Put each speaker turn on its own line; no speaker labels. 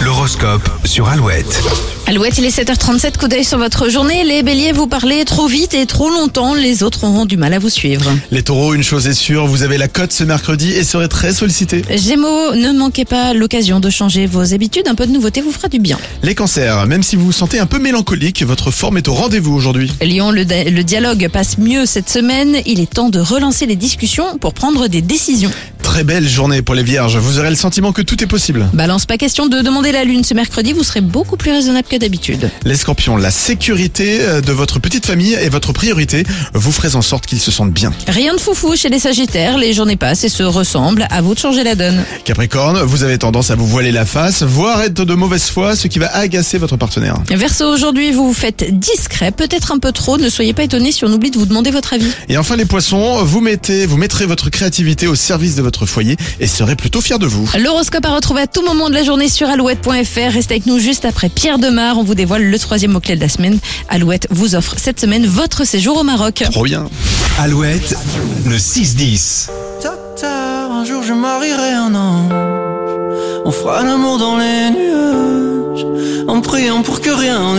L'horoscope sur Alouette.
Alouette, il est 7h37, coup d'œil sur votre journée. Les béliers, vous parlez trop vite et trop longtemps, les autres auront du mal à vous suivre.
Les taureaux, une chose est sûre, vous avez la cote ce mercredi et serez très sollicité.
Gémeaux, ne manquez pas l'occasion de changer vos habitudes, un peu de nouveauté vous fera du bien.
Les cancers, même si vous vous sentez un peu mélancolique, votre forme est au rendez-vous aujourd'hui.
Lyon, le, di- le dialogue passe mieux cette semaine, il est temps de relancer les discussions pour prendre des décisions.
Très belle journée pour les vierges, vous aurez le sentiment que tout est possible.
Balance, pas question de demander la lune ce mercredi, vous serez beaucoup plus raisonnable que d'habitude.
Les scorpions, la sécurité euh, de votre petite famille est votre priorité, vous ferez en sorte qu'ils se sentent bien.
Rien de foufou chez les sagittaires, les journées passent et se ressemblent, à vous de changer la donne.
Capricorne, vous avez tendance à vous voiler la face, voire être de mauvaise foi, ce qui va agacer votre partenaire.
Verseau, aujourd'hui, vous vous faites discret, peut-être un peu trop. Ne soyez pas étonnés si on oublie de vous demander votre avis.
Et enfin les poissons, vous mettez, vous mettrez votre créativité au service de votre foyer et serez plutôt fiers de vous.
L'horoscope à retrouver à tout moment de la journée sur alouette.fr. Restez avec nous juste après Pierre Demar. On vous dévoile le troisième mot-clé de la semaine. Alouette vous offre cette semaine votre séjour au Maroc.
Trop bien.
Alouette, le 6-10.
Docteur, un jour je marierai un ange. On fera l'amour dans les nuages, en priant pour que rien ne